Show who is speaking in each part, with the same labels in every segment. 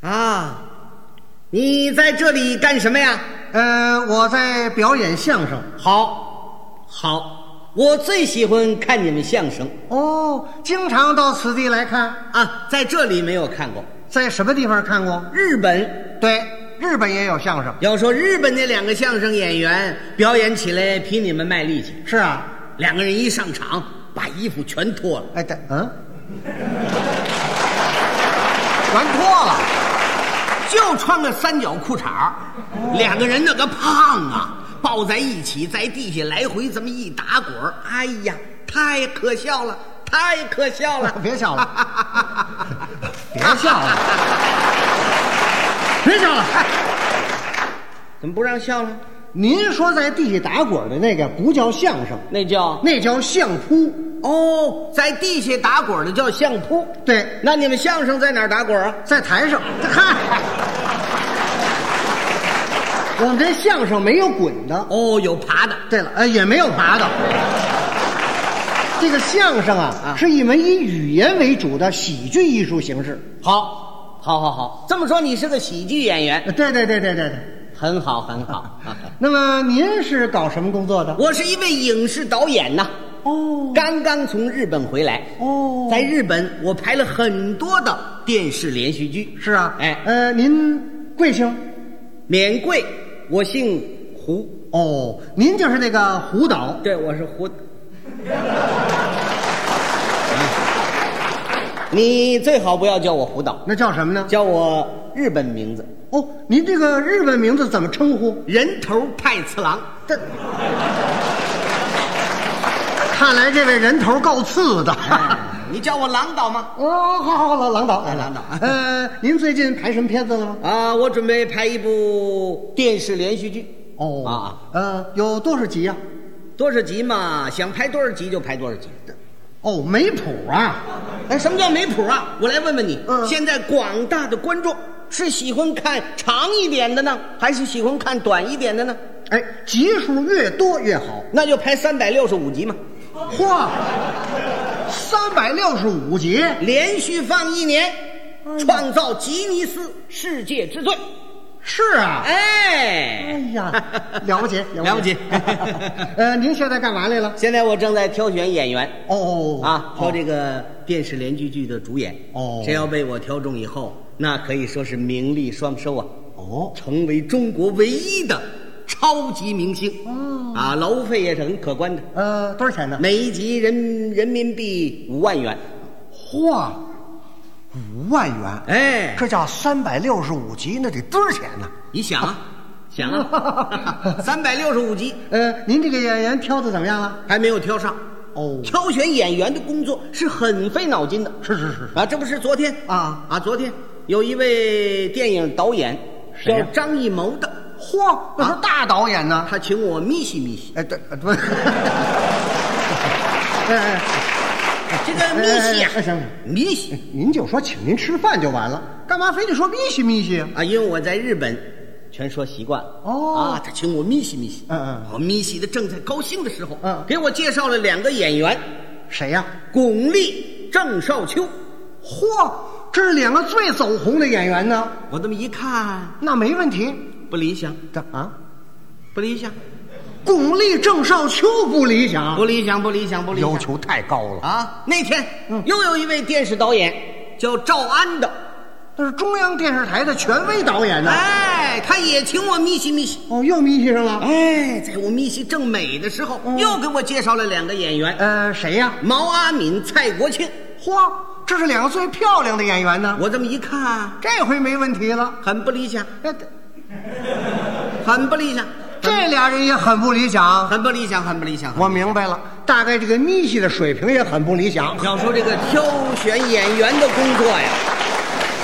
Speaker 1: 啊你在这里干什么呀？
Speaker 2: 呃，我在表演相声。
Speaker 1: 好，好，我最喜欢看你们相声
Speaker 2: 哦，经常到此地来看，
Speaker 1: 啊，在这里没有看过。
Speaker 2: 在什么地方看过？
Speaker 1: 日本
Speaker 2: 对，日本也有相声。
Speaker 1: 要说日本那两个相声演员表演起来比你们卖力气，
Speaker 2: 是啊，
Speaker 1: 两个人一上场把衣服全脱了，
Speaker 2: 哎，对，嗯， 全脱了。！
Speaker 1: 就穿个三角裤衩儿两个人那个胖啊，抱在一起在地下来回这么一打滚儿哎呀，太可笑了，太可笑 了
Speaker 2: 别 笑了，别笑了， 别笑了。
Speaker 1: 怎么不让笑了？
Speaker 2: 您说在地下打滚的那个不叫相声，
Speaker 1: 那叫
Speaker 2: 那叫相扑。
Speaker 1: 哦，在地下打滚儿的叫相扑。
Speaker 2: 对，
Speaker 1: 那你们相声在哪儿打滚儿啊？
Speaker 2: 在台上， 嗨，我们这相声没有滚的。
Speaker 1: 哦，有爬的。
Speaker 2: 对了，呃，也没有爬的。这个相声啊，
Speaker 1: 啊
Speaker 2: 是一门以语言为主的喜剧艺术形式。
Speaker 1: 好，好，好，好。这么说你是个喜剧演员，
Speaker 2: 呃对对对对对对。
Speaker 1: 很好，很好。
Speaker 2: 那么您是搞什么工作的？
Speaker 1: 我是一位影视导演呐，
Speaker 2: 哦
Speaker 1: 刚刚从日本回来。
Speaker 2: 哦
Speaker 1: 在日本我拍了很多的电视连续剧。
Speaker 2: 是啊，
Speaker 1: 哎，
Speaker 2: 呃，您贵姓？
Speaker 1: 免贵，我姓胡，
Speaker 2: 哦，您就是那个胡导。
Speaker 1: 对，我是胡。 你最好不要叫我胡导，
Speaker 2: 那叫什么呢？
Speaker 1: 叫我日本名字，
Speaker 2: 哦，您这个日本名字怎么称呼？
Speaker 1: 人头太次 郎。
Speaker 2: 这，看来这位人头够次的。
Speaker 1: 你叫我郎导吗？
Speaker 2: 哦，好好好，郎郎导，哎
Speaker 1: 郎导
Speaker 2: 呃，您最近拍什么片子了吗？
Speaker 1: 啊，我准备拍一部电视连续剧。
Speaker 2: 哦
Speaker 1: 啊，
Speaker 2: 呃，有多少集呀、
Speaker 1: 多少集嘛？想拍多少集就拍多少集。
Speaker 2: 哦，没谱啊。
Speaker 1: 哎，什么叫没谱啊？我来问问你，
Speaker 2: 嗯
Speaker 1: 现在广大的观众是喜欢看长一点的呢，还是喜欢看短一点的呢？
Speaker 2: 哎，集数越多越好。
Speaker 1: 那就拍三百六十五集嘛，
Speaker 2: 嚯，三百六十五集，
Speaker 1: 连续放一年，创造吉尼斯世界之最。
Speaker 2: 是啊。哎
Speaker 1: 哎，
Speaker 2: 呀，了不起，
Speaker 1: 了不起
Speaker 2: 呃，您现在干嘛来了？
Speaker 1: 现在我正在挑选演员。
Speaker 2: 哦
Speaker 1: 啊，挑
Speaker 2: 哦
Speaker 1: 这个电视连续剧的主演
Speaker 2: 哦
Speaker 1: 谁要被我挑中以后，那可以说是名利双收啊，
Speaker 2: 哦
Speaker 1: 成为中国唯一的超级明星。
Speaker 2: 哦
Speaker 1: 啊，劳务费也是很可观的，
Speaker 2: 呃，多少钱呢？
Speaker 1: 每一集人人民币五万元。
Speaker 2: 嚯，五万元，
Speaker 1: 哎，
Speaker 2: 这叫三百六十五集，那得多少钱呢？
Speaker 1: 你想 啊，想啊，三百六十五集
Speaker 2: 呃，您这个演员挑的怎么样了？
Speaker 1: 还没有挑上。
Speaker 2: 哦
Speaker 1: 挑选演员的工作是很费脑筋的。
Speaker 2: 是是是是
Speaker 1: 啊，这不是昨天
Speaker 2: 啊
Speaker 1: 啊，昨天有一位电影导演
Speaker 2: 谁
Speaker 1: 叫
Speaker 2: 哎呀
Speaker 1: 张艺谋的，
Speaker 2: 嚯，那是大导演呢。
Speaker 1: 他请我咪西咪西，
Speaker 2: 哎，对呃对，哎哎，
Speaker 1: 这个啊咪西呀
Speaker 2: 哎哎哎行行，
Speaker 1: 咪西
Speaker 2: 您就说请您吃饭就完了，干嘛非得说咪西咪西？
Speaker 1: 啊，因为我在日本全说习惯了
Speaker 2: 哦
Speaker 1: 啊，他请我咪西咪西，
Speaker 2: 嗯嗯
Speaker 1: 我咪西的正在高兴的时候，
Speaker 2: 嗯
Speaker 1: 给我介绍了两个演员，
Speaker 2: 谁呀、
Speaker 1: 巩俐、郑少秋，
Speaker 2: 嚯，这是两个最走红的演员呢，
Speaker 1: 我这么一看
Speaker 2: 那没问题。
Speaker 1: 不理想，
Speaker 2: 这啊，
Speaker 1: 不理想，
Speaker 2: 巩俐、郑少秋不理想
Speaker 1: 不，理想，不理想，不理想，
Speaker 2: 太高了。
Speaker 1: 啊！那天、
Speaker 2: 嗯
Speaker 1: 又有一位电视导演叫赵安的，
Speaker 2: 那是中央电视台的权威导演呢。
Speaker 1: 哎，他也请我咪西咪西。
Speaker 2: 哦，又迷信上了。
Speaker 1: 哎，在我咪西正美的时候，
Speaker 2: 嗯
Speaker 1: 又给我介绍了两个演员，
Speaker 2: 呃，谁呀、
Speaker 1: 毛阿敏、蔡国庆。
Speaker 2: 嚯，这是两个最漂亮的演员呢。
Speaker 1: 我这么一看，
Speaker 2: 这回没问题了。
Speaker 1: 很不理想，
Speaker 2: 那
Speaker 1: 很不理想，
Speaker 2: 这俩人也很不理想。
Speaker 1: 很不理想，很不理想。
Speaker 2: 我明白了，大概这个咪西的水平也很不理想。
Speaker 1: 要说这个挑选演员的工作呀，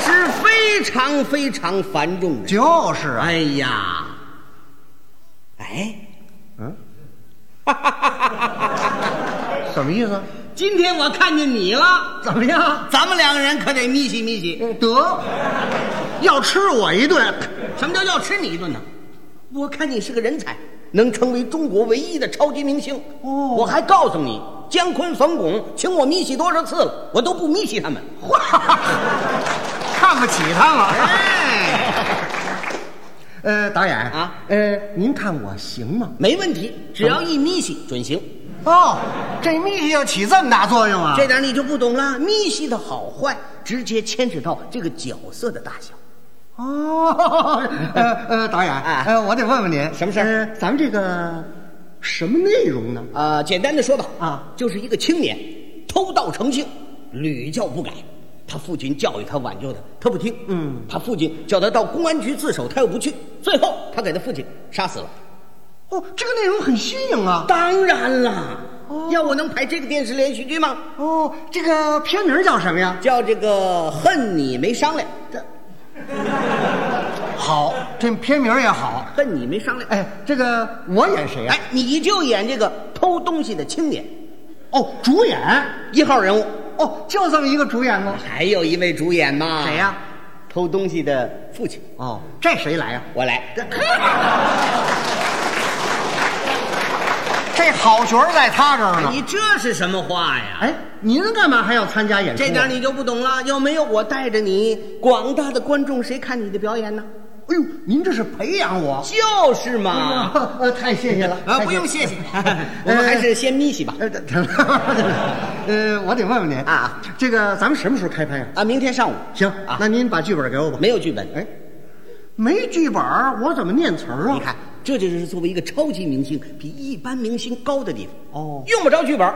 Speaker 1: 是非常非常繁重的。
Speaker 2: 就是啊，
Speaker 1: 哎呀，哎，
Speaker 2: 嗯，什么意思？
Speaker 1: 今天我看见你了，
Speaker 2: 怎么样？
Speaker 1: 咱们两个人可得密集密集。
Speaker 2: 得，要吃我一顿。
Speaker 1: 什么叫要吃你一顿呢？我看你是个人才，能成为中国唯一的超级明星。
Speaker 2: 哦
Speaker 1: 我还告诉你，姜昆、冯巩请我咪西多少次了，我都不咪西他们。
Speaker 2: 看不起他了。
Speaker 1: 哎，
Speaker 2: 啊 呃，导演
Speaker 1: 啊
Speaker 2: 呃，您看我行吗？
Speaker 1: 没问题，只要一眯息准行。
Speaker 2: 哦，这密信要起这么大作用啊
Speaker 1: 这点你就不懂了，密戏的好坏直接牵扯到这个角色的大小。
Speaker 2: 哦，呃呃，导演，
Speaker 1: 啊
Speaker 2: 呃，我得问问您
Speaker 1: 什么事儿
Speaker 2: 呃咱们这个什么内容呢？
Speaker 1: 呃，简单的说吧，
Speaker 2: 啊
Speaker 1: 就是一个青年偷盗成性，屡教不改。他父亲教育他挽救他，他不听。
Speaker 2: 嗯，
Speaker 1: 他父亲叫他到公安局自首，他又不去。最后他给他父亲杀死了。
Speaker 2: 哦，这个内容很新颖啊。
Speaker 1: 当然啦，
Speaker 2: 哦
Speaker 1: 要我能拍这个电视连续剧吗？
Speaker 2: 哦，这个片名叫什么呀？
Speaker 1: 叫这个恨你没商量，
Speaker 2: 好，这片名也好。
Speaker 1: 恨你没商量。
Speaker 2: 哎，这个我演谁呀、啊
Speaker 1: 哎，你就演这个偷东西的青年，
Speaker 2: 哦，主演。
Speaker 1: 一号人物。
Speaker 2: 哦，就这么一个主演哦。
Speaker 1: 还有一位主演嘛？
Speaker 2: 谁呀
Speaker 1: 偷东西的父亲，
Speaker 2: 哦，这谁来呀、
Speaker 1: 我来。
Speaker 2: 这好角儿在他这儿
Speaker 1: 你。这是什么话呀？
Speaker 2: 哎，您干嘛还要参加演出啊？
Speaker 1: 这点你就不懂了。要没有我带着你，广大的观众谁看你的表演呢？
Speaker 2: 哎呦，您这是培养我。
Speaker 1: 就是嘛。
Speaker 2: 呃，太谢谢了，
Speaker 1: 啊，
Speaker 2: 太
Speaker 1: 不用谢谢， 我
Speaker 2: 呃
Speaker 1: 们还是先眯洗吧。
Speaker 2: 呃，等等会儿呃，我得问问您
Speaker 1: 啊，
Speaker 2: 这个咱们什么时候开拍呀？
Speaker 1: 啊，明天上午
Speaker 2: 行
Speaker 1: 啊，
Speaker 2: 那您把剧本给我吧。
Speaker 1: 没有剧本。
Speaker 2: 哎，没剧本儿，我怎么念词儿啊？
Speaker 1: 你看，这就是作为一个超级明星比一般明星高的地方。
Speaker 2: 哦
Speaker 1: 用不着剧本，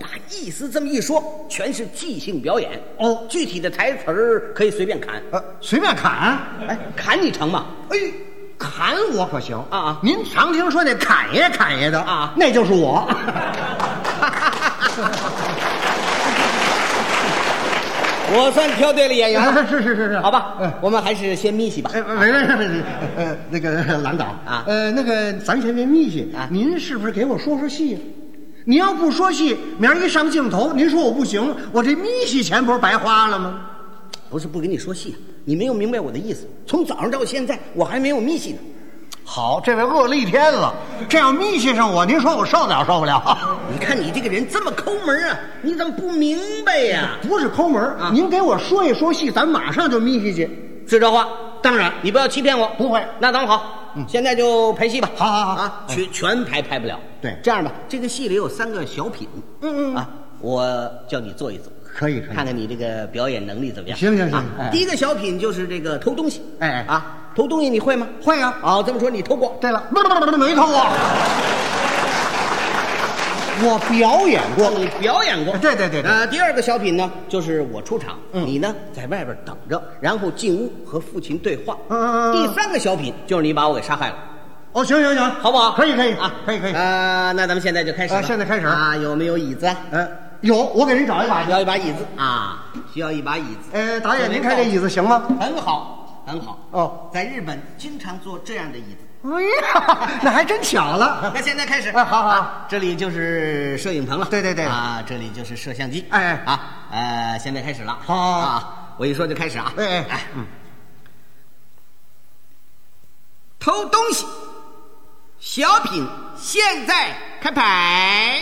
Speaker 1: 把意思这么一说，全是即兴表演。
Speaker 2: 哦
Speaker 1: 具体的台词儿可以随便砍。
Speaker 2: 呃，随便砍。
Speaker 1: 哎，砍你成吗？
Speaker 2: 哎，砍我可行
Speaker 1: 啊啊
Speaker 2: 您常听说那砍爷砍爷的
Speaker 1: 啊
Speaker 2: 那就是 我。
Speaker 1: 我算挑对了演员了。
Speaker 2: 啊是是是是，
Speaker 1: 好吧
Speaker 2: 嗯，
Speaker 1: 我们还是先眯洗吧。
Speaker 2: 哎，没没没没没，呃，那个 蓝导
Speaker 1: 啊
Speaker 2: 呃，那个咱先别密信
Speaker 1: 啊
Speaker 2: 您是不是给我说说戏呀？您要不说戏，明儿一上镜头，您说我不行，我这密戏钱不是白花了吗？
Speaker 1: 不是不跟你说戏啊，你没有明白我的意思。从早上到现在，我还没有密戏呢。
Speaker 2: 好，这位饿了一天了，这要密信上我，您说我受得了受不了？
Speaker 1: 你看你这个人这么抠门啊，你怎么不明白呀、
Speaker 2: 不是抠门儿、
Speaker 1: 啊
Speaker 2: 您给我说一说戏，咱马上就密信去。
Speaker 1: 是这话，当然你不嗯要欺骗我，
Speaker 2: 不会
Speaker 1: 那咱们好，现在就排戏吧。
Speaker 2: 好好好
Speaker 1: 啊，
Speaker 2: 嗯
Speaker 1: 全全排排不了。
Speaker 2: 对
Speaker 1: 这样吧，这个戏里有三个小品，
Speaker 2: 嗯嗯
Speaker 1: 啊，我叫你做一做，
Speaker 2: 可以可以
Speaker 1: 看看你这个表演能力怎么样。
Speaker 2: 行行行
Speaker 1: 啊
Speaker 2: 哎
Speaker 1: 第一个小品就是这个偷东西，
Speaker 2: 哎哎
Speaker 1: 啊，偷东西你会吗？
Speaker 2: 会啊
Speaker 1: 哦，这么说你偷过？
Speaker 2: 对了，不不不不，没偷啊， 我表演过。
Speaker 1: 哦
Speaker 2: 啊
Speaker 1: 你表演过，
Speaker 2: 对对对对
Speaker 1: 呃，第二个小品呢，就是我出场，
Speaker 2: 嗯
Speaker 1: 你呢在外边等着，然后进屋和父亲对话。
Speaker 2: 嗯嗯嗯嗯
Speaker 1: 第三个小品就是你把我给杀害了，
Speaker 2: 哦，行行行，
Speaker 1: 好不好？
Speaker 2: 可以可以
Speaker 1: 啊，
Speaker 2: 可以可以。
Speaker 1: 啊，那咱们现在就开始吧。
Speaker 2: 啊现在开始
Speaker 1: 啊，有没有椅子啊？
Speaker 2: 呃，有，我给您找一把
Speaker 1: 需
Speaker 2: 去。
Speaker 1: 要一把椅子啊，需要一把椅子。
Speaker 2: 呃，导演，您看这椅子行吗？
Speaker 1: 很好，很好。
Speaker 2: 哦，
Speaker 1: 在日本经常做这样的椅子。
Speaker 2: 哎呀，那还真巧了。
Speaker 1: 那现在开始，
Speaker 2: 哎好好
Speaker 1: 啊这里就是摄影棚了，
Speaker 2: 对对对
Speaker 1: 啊，这里就是摄像机，
Speaker 2: 哎哎
Speaker 1: 啊，呃，现在开始了，
Speaker 2: 好好好
Speaker 1: 啊，我一说就开始啊，
Speaker 2: 哎哎嗯
Speaker 1: 偷东西，小品现在开拍，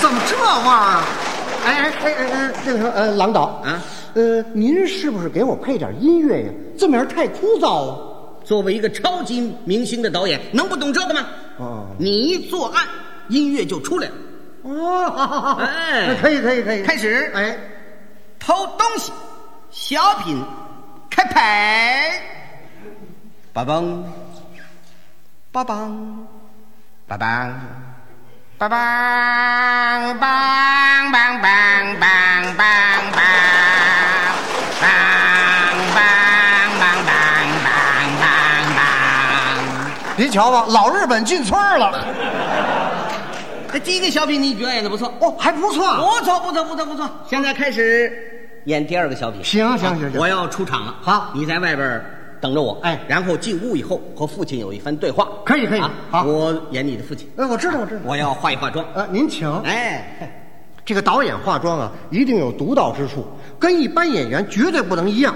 Speaker 2: 怎么这味儿啊？哎哎哎哎哎，那个什么呃，郎导
Speaker 1: 啊，
Speaker 2: 呃，您是不是给我配点音乐呀？这么样太枯燥啊。
Speaker 1: 作为一个超级明星的导演，能不懂这个吗？
Speaker 2: 哦
Speaker 1: 你一作案，音乐就出来了。
Speaker 2: 哦，好好好，
Speaker 1: 哎
Speaker 2: 可以可以可以，
Speaker 1: 开始
Speaker 2: 哎，
Speaker 1: 偷东西，小品开拍，梆梆，梆梆，梆梆，梆梆，梆梆梆梆梆梆梆梆梆梆梆梆梆梆梆梆。
Speaker 2: 您瞧吧，老日本进村儿了。
Speaker 1: 那第一个小品你表演的不错，
Speaker 2: 哦，还不错。
Speaker 1: 不错不错不错不错。现在开始演第二个小品。
Speaker 2: 行行行行，
Speaker 1: 我要出场了，
Speaker 2: 好
Speaker 1: 你在外边儿等着我，
Speaker 2: 哎
Speaker 1: 然后进屋以后和父亲有一番对话，
Speaker 2: 可以可以
Speaker 1: 啊
Speaker 2: 好
Speaker 1: 我演你的父亲，
Speaker 2: 哎，我知道我知道。
Speaker 1: 我要化一化妆，
Speaker 2: 呃，您请。
Speaker 1: 哎，
Speaker 2: 这个导演化妆啊，一定有独到之处，跟一般演员绝对不能一样。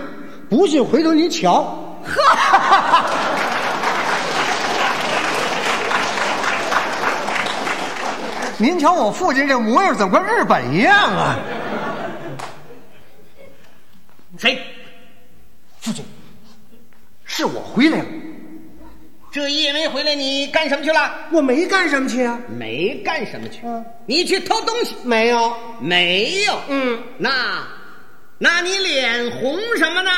Speaker 2: 不信，回头您瞧。 您瞧我父亲这模样，怎么跟日本一样啊？
Speaker 1: 谁？
Speaker 2: 父亲，是我回来了，
Speaker 1: 这一夜没回来，你干什么去了？
Speaker 2: 我没干什么去啊，
Speaker 1: 没干什么去
Speaker 2: 嗯
Speaker 1: 你去偷东西？
Speaker 2: 没有，
Speaker 1: 没有。
Speaker 2: 嗯
Speaker 1: 那，那你脸红什么呢？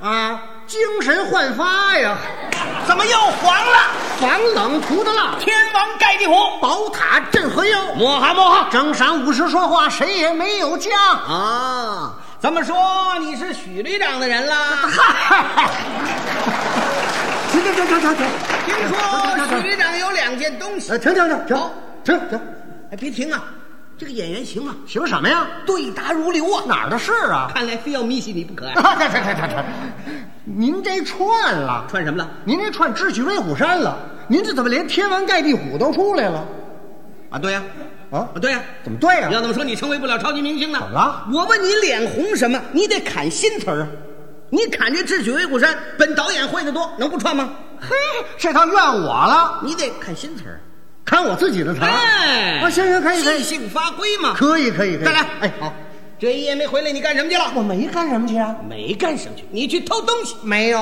Speaker 2: 啊，精神焕发呀，
Speaker 1: 怎么又黄了？
Speaker 2: 防冷涂的蜡，
Speaker 1: 天王盖地虎，
Speaker 2: 宝塔镇河妖，
Speaker 1: 莫哈莫哈。
Speaker 2: 整晌午时说话谁也没有家。
Speaker 1: 啊，怎么说你是许队长的人啦？
Speaker 2: 停停停停停停！
Speaker 1: 听说许队长有两件东西
Speaker 2: 呃，。停停停停停停！
Speaker 1: 哎，别停啊，这个演员行啊，
Speaker 2: 行什么呀？
Speaker 1: 对答如流啊。
Speaker 2: 哪儿的事儿啊？
Speaker 1: 看来非要迷信你不 可啊。
Speaker 2: 停停停停停！您这串了，
Speaker 1: 穿什么了？
Speaker 2: 您这串智取威虎山了，您这怎么连天王盖地虎都出来了？
Speaker 1: 啊，对呀、
Speaker 2: 啊
Speaker 1: 啊，，对呀、
Speaker 2: 怎么对呀、
Speaker 1: 要这么说，你成为不了超级明星呢？
Speaker 2: 怎么了
Speaker 1: 我问你脸红什么？你得砍新词儿啊！你砍这《智取威虎山》，本导演会的多，能不串吗？
Speaker 2: 嘿，这倒怨我了，
Speaker 1: 你得砍新词儿。
Speaker 2: 看我自己的词儿。
Speaker 1: 哎，
Speaker 2: 啊，行行，可以可
Speaker 1: 即
Speaker 2: 以，
Speaker 1: 兴发挥嘛。
Speaker 2: 可以可以可以。
Speaker 1: 再来，
Speaker 2: 哎，好，，
Speaker 1: 这一夜没回来，你干什么去了？
Speaker 2: 我没干什么去啊，
Speaker 1: 没干什么去，你去偷东西。
Speaker 2: 没有，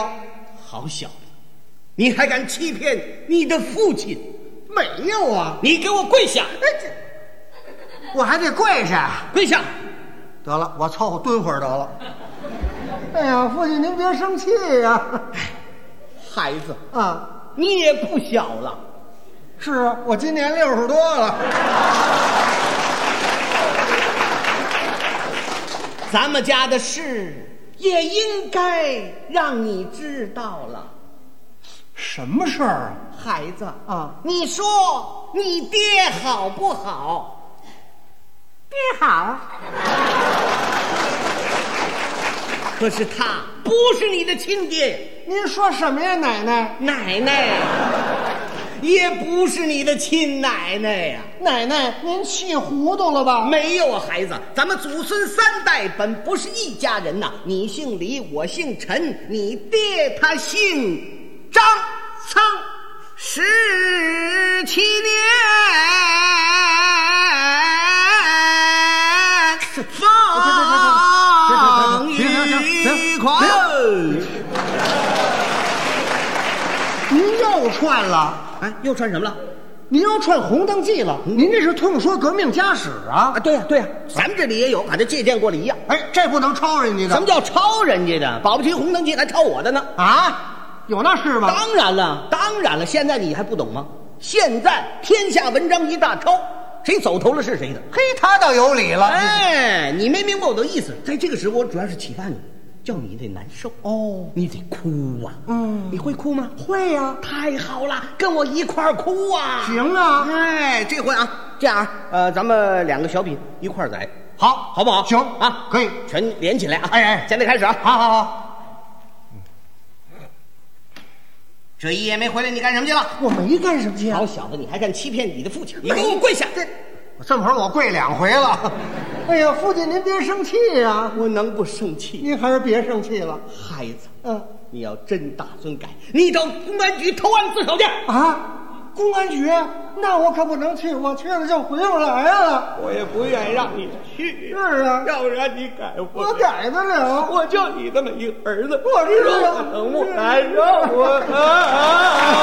Speaker 1: 好小子，你还敢欺骗你的父亲？
Speaker 2: 没有啊，
Speaker 1: 你给我跪下，
Speaker 2: 哎这，我还得跪下。啊
Speaker 1: 跪下！
Speaker 2: 得了，我凑合蹲会儿得了。哎呀，父亲您别生气呀、
Speaker 1: 孩子，
Speaker 2: 啊！
Speaker 1: 你也不小了，
Speaker 2: 是啊，我今年六十多了。
Speaker 1: 咱们家的事也应该让你知道了。
Speaker 2: 什么事儿啊？
Speaker 1: 孩子
Speaker 2: 啊，
Speaker 1: 你说你爹好不好？爹好。可是他不是你的亲爹，
Speaker 2: 您说什么呀，奶奶？
Speaker 1: 奶奶也不是你的亲奶奶呀、
Speaker 2: 奶奶，您气糊涂了吧？
Speaker 1: 没有啊，孩子，咱们祖孙三代本不是一家人呐、你姓李，我姓陈，你爹他姓张，苍，十七年风
Speaker 2: 停停停
Speaker 1: 雨
Speaker 2: 停
Speaker 1: 狂。
Speaker 2: 您又串了，
Speaker 1: 哎，又穿什么了？
Speaker 2: 您又串《红灯记》了。您这是痛说革命家史啊！
Speaker 1: 对呀、对呀、咱们这里也有，把这借鉴过来一样。
Speaker 2: 哎，这不能抄人家
Speaker 1: 什么
Speaker 2: 的
Speaker 1: 叫抄人家的？保不齐红灯记还抄我的呢。
Speaker 2: 啊！有那事吗？
Speaker 1: 当然了，当然了，现在你还不懂吗？现在天下文章一大抄，谁走头了是谁的。
Speaker 2: 嘿，他倒有理了。
Speaker 1: 哎，你没明白我的意思，在这个时候，我主要是启发你，叫你得难受，
Speaker 2: 哦，
Speaker 1: 你得哭啊。
Speaker 2: 嗯
Speaker 1: 你会哭吗？
Speaker 2: 会啊呀、
Speaker 1: 太好了，跟我一块儿哭啊！
Speaker 2: 行啊
Speaker 1: 哎，这回啊，这样啊，呃，咱们两个小品一块儿来，
Speaker 2: 好，
Speaker 1: 好不好？
Speaker 2: 行
Speaker 1: 啊，
Speaker 2: 可以。
Speaker 1: 全连起来啊！
Speaker 2: 哎哎
Speaker 1: 现在开始啊！
Speaker 2: 好好好，
Speaker 1: 这一夜没回来，你干什么去了？哎
Speaker 2: 我没干什么去啊
Speaker 1: 好。小子，你还敢欺骗你的父亲？你给我跪下！
Speaker 2: 我这么会儿我跪两回了。哎呀，父亲您别生气呀、
Speaker 1: 我能不生气？
Speaker 2: 您还是别生气了。
Speaker 1: 孩子，
Speaker 2: 嗯
Speaker 1: 你要真打算改，你到公安局投案自首去。
Speaker 2: 啊，公安局，那我可不能去，我去了就回不来了。
Speaker 1: 我也不愿意让你去
Speaker 2: 是啊，
Speaker 1: 要让你改
Speaker 2: 我改得了。
Speaker 1: 我就你这么一儿子，
Speaker 2: 我啊知道
Speaker 1: 我难受啊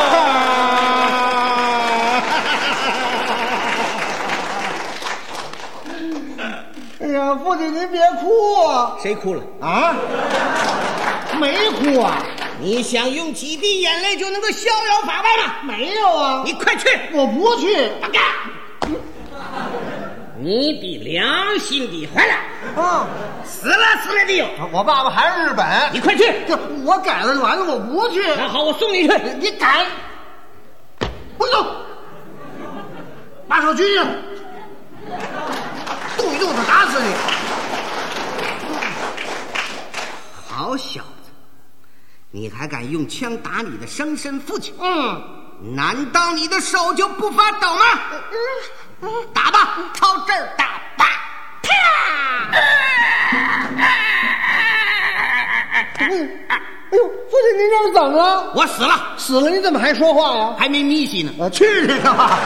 Speaker 1: 我。
Speaker 2: 哎呀，父亲您别哭啊！
Speaker 1: 谁哭了？
Speaker 2: 啊，没哭啊，
Speaker 1: 你想用几滴眼泪就能够逍遥法外吗？
Speaker 2: 没有啊，
Speaker 1: 你快去！
Speaker 2: 我不去
Speaker 1: 干！你得良心地回来，
Speaker 2: 啊。
Speaker 1: 死了死了的有，
Speaker 2: 我爸爸还是日本，
Speaker 1: 你快去！
Speaker 2: 这我改了完了，我不去。
Speaker 1: 那好，我送你去。
Speaker 2: 你改，滚走，把手举起来，动一动就打死你！
Speaker 1: 好小子，你还敢用枪打你的生身父亲？
Speaker 2: 嗯，
Speaker 1: 难道你的手就不发抖吗？打吧，朝这儿打吧！
Speaker 2: 哎呦，哎呦，父亲您这是怎么了？
Speaker 1: 我死了，
Speaker 2: 死了你怎么还说话呀？
Speaker 1: 还没眯息呢。
Speaker 2: 啊我去你的吧！